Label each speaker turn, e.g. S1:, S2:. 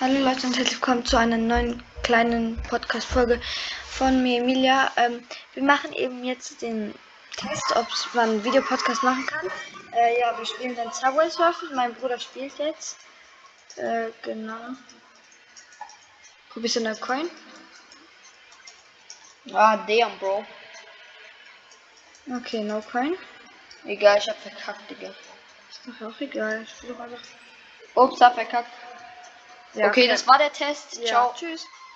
S1: Hallo Leute und herzlich willkommen zu einer neuen kleinen Podcast-Folge von mir, Emilia. Ähm, wir machen eben jetzt den Test, ob man einen Videopodcast machen kann. Äh, ja, wir spielen dann Subway Surfen. Mein Bruder spielt jetzt. Äh, genau. Probierst du eine Coin?
S2: Ah, damn, Bro.
S1: Okay, no Coin.
S2: Egal, ich hab verkackt, Digga.
S1: Ist doch auch egal. Ich spiel doch einfach.
S2: Ups, hab verkackt.
S1: Ja,
S2: okay, das war der Test.
S1: Ja.
S2: Ciao.
S1: Tschüss.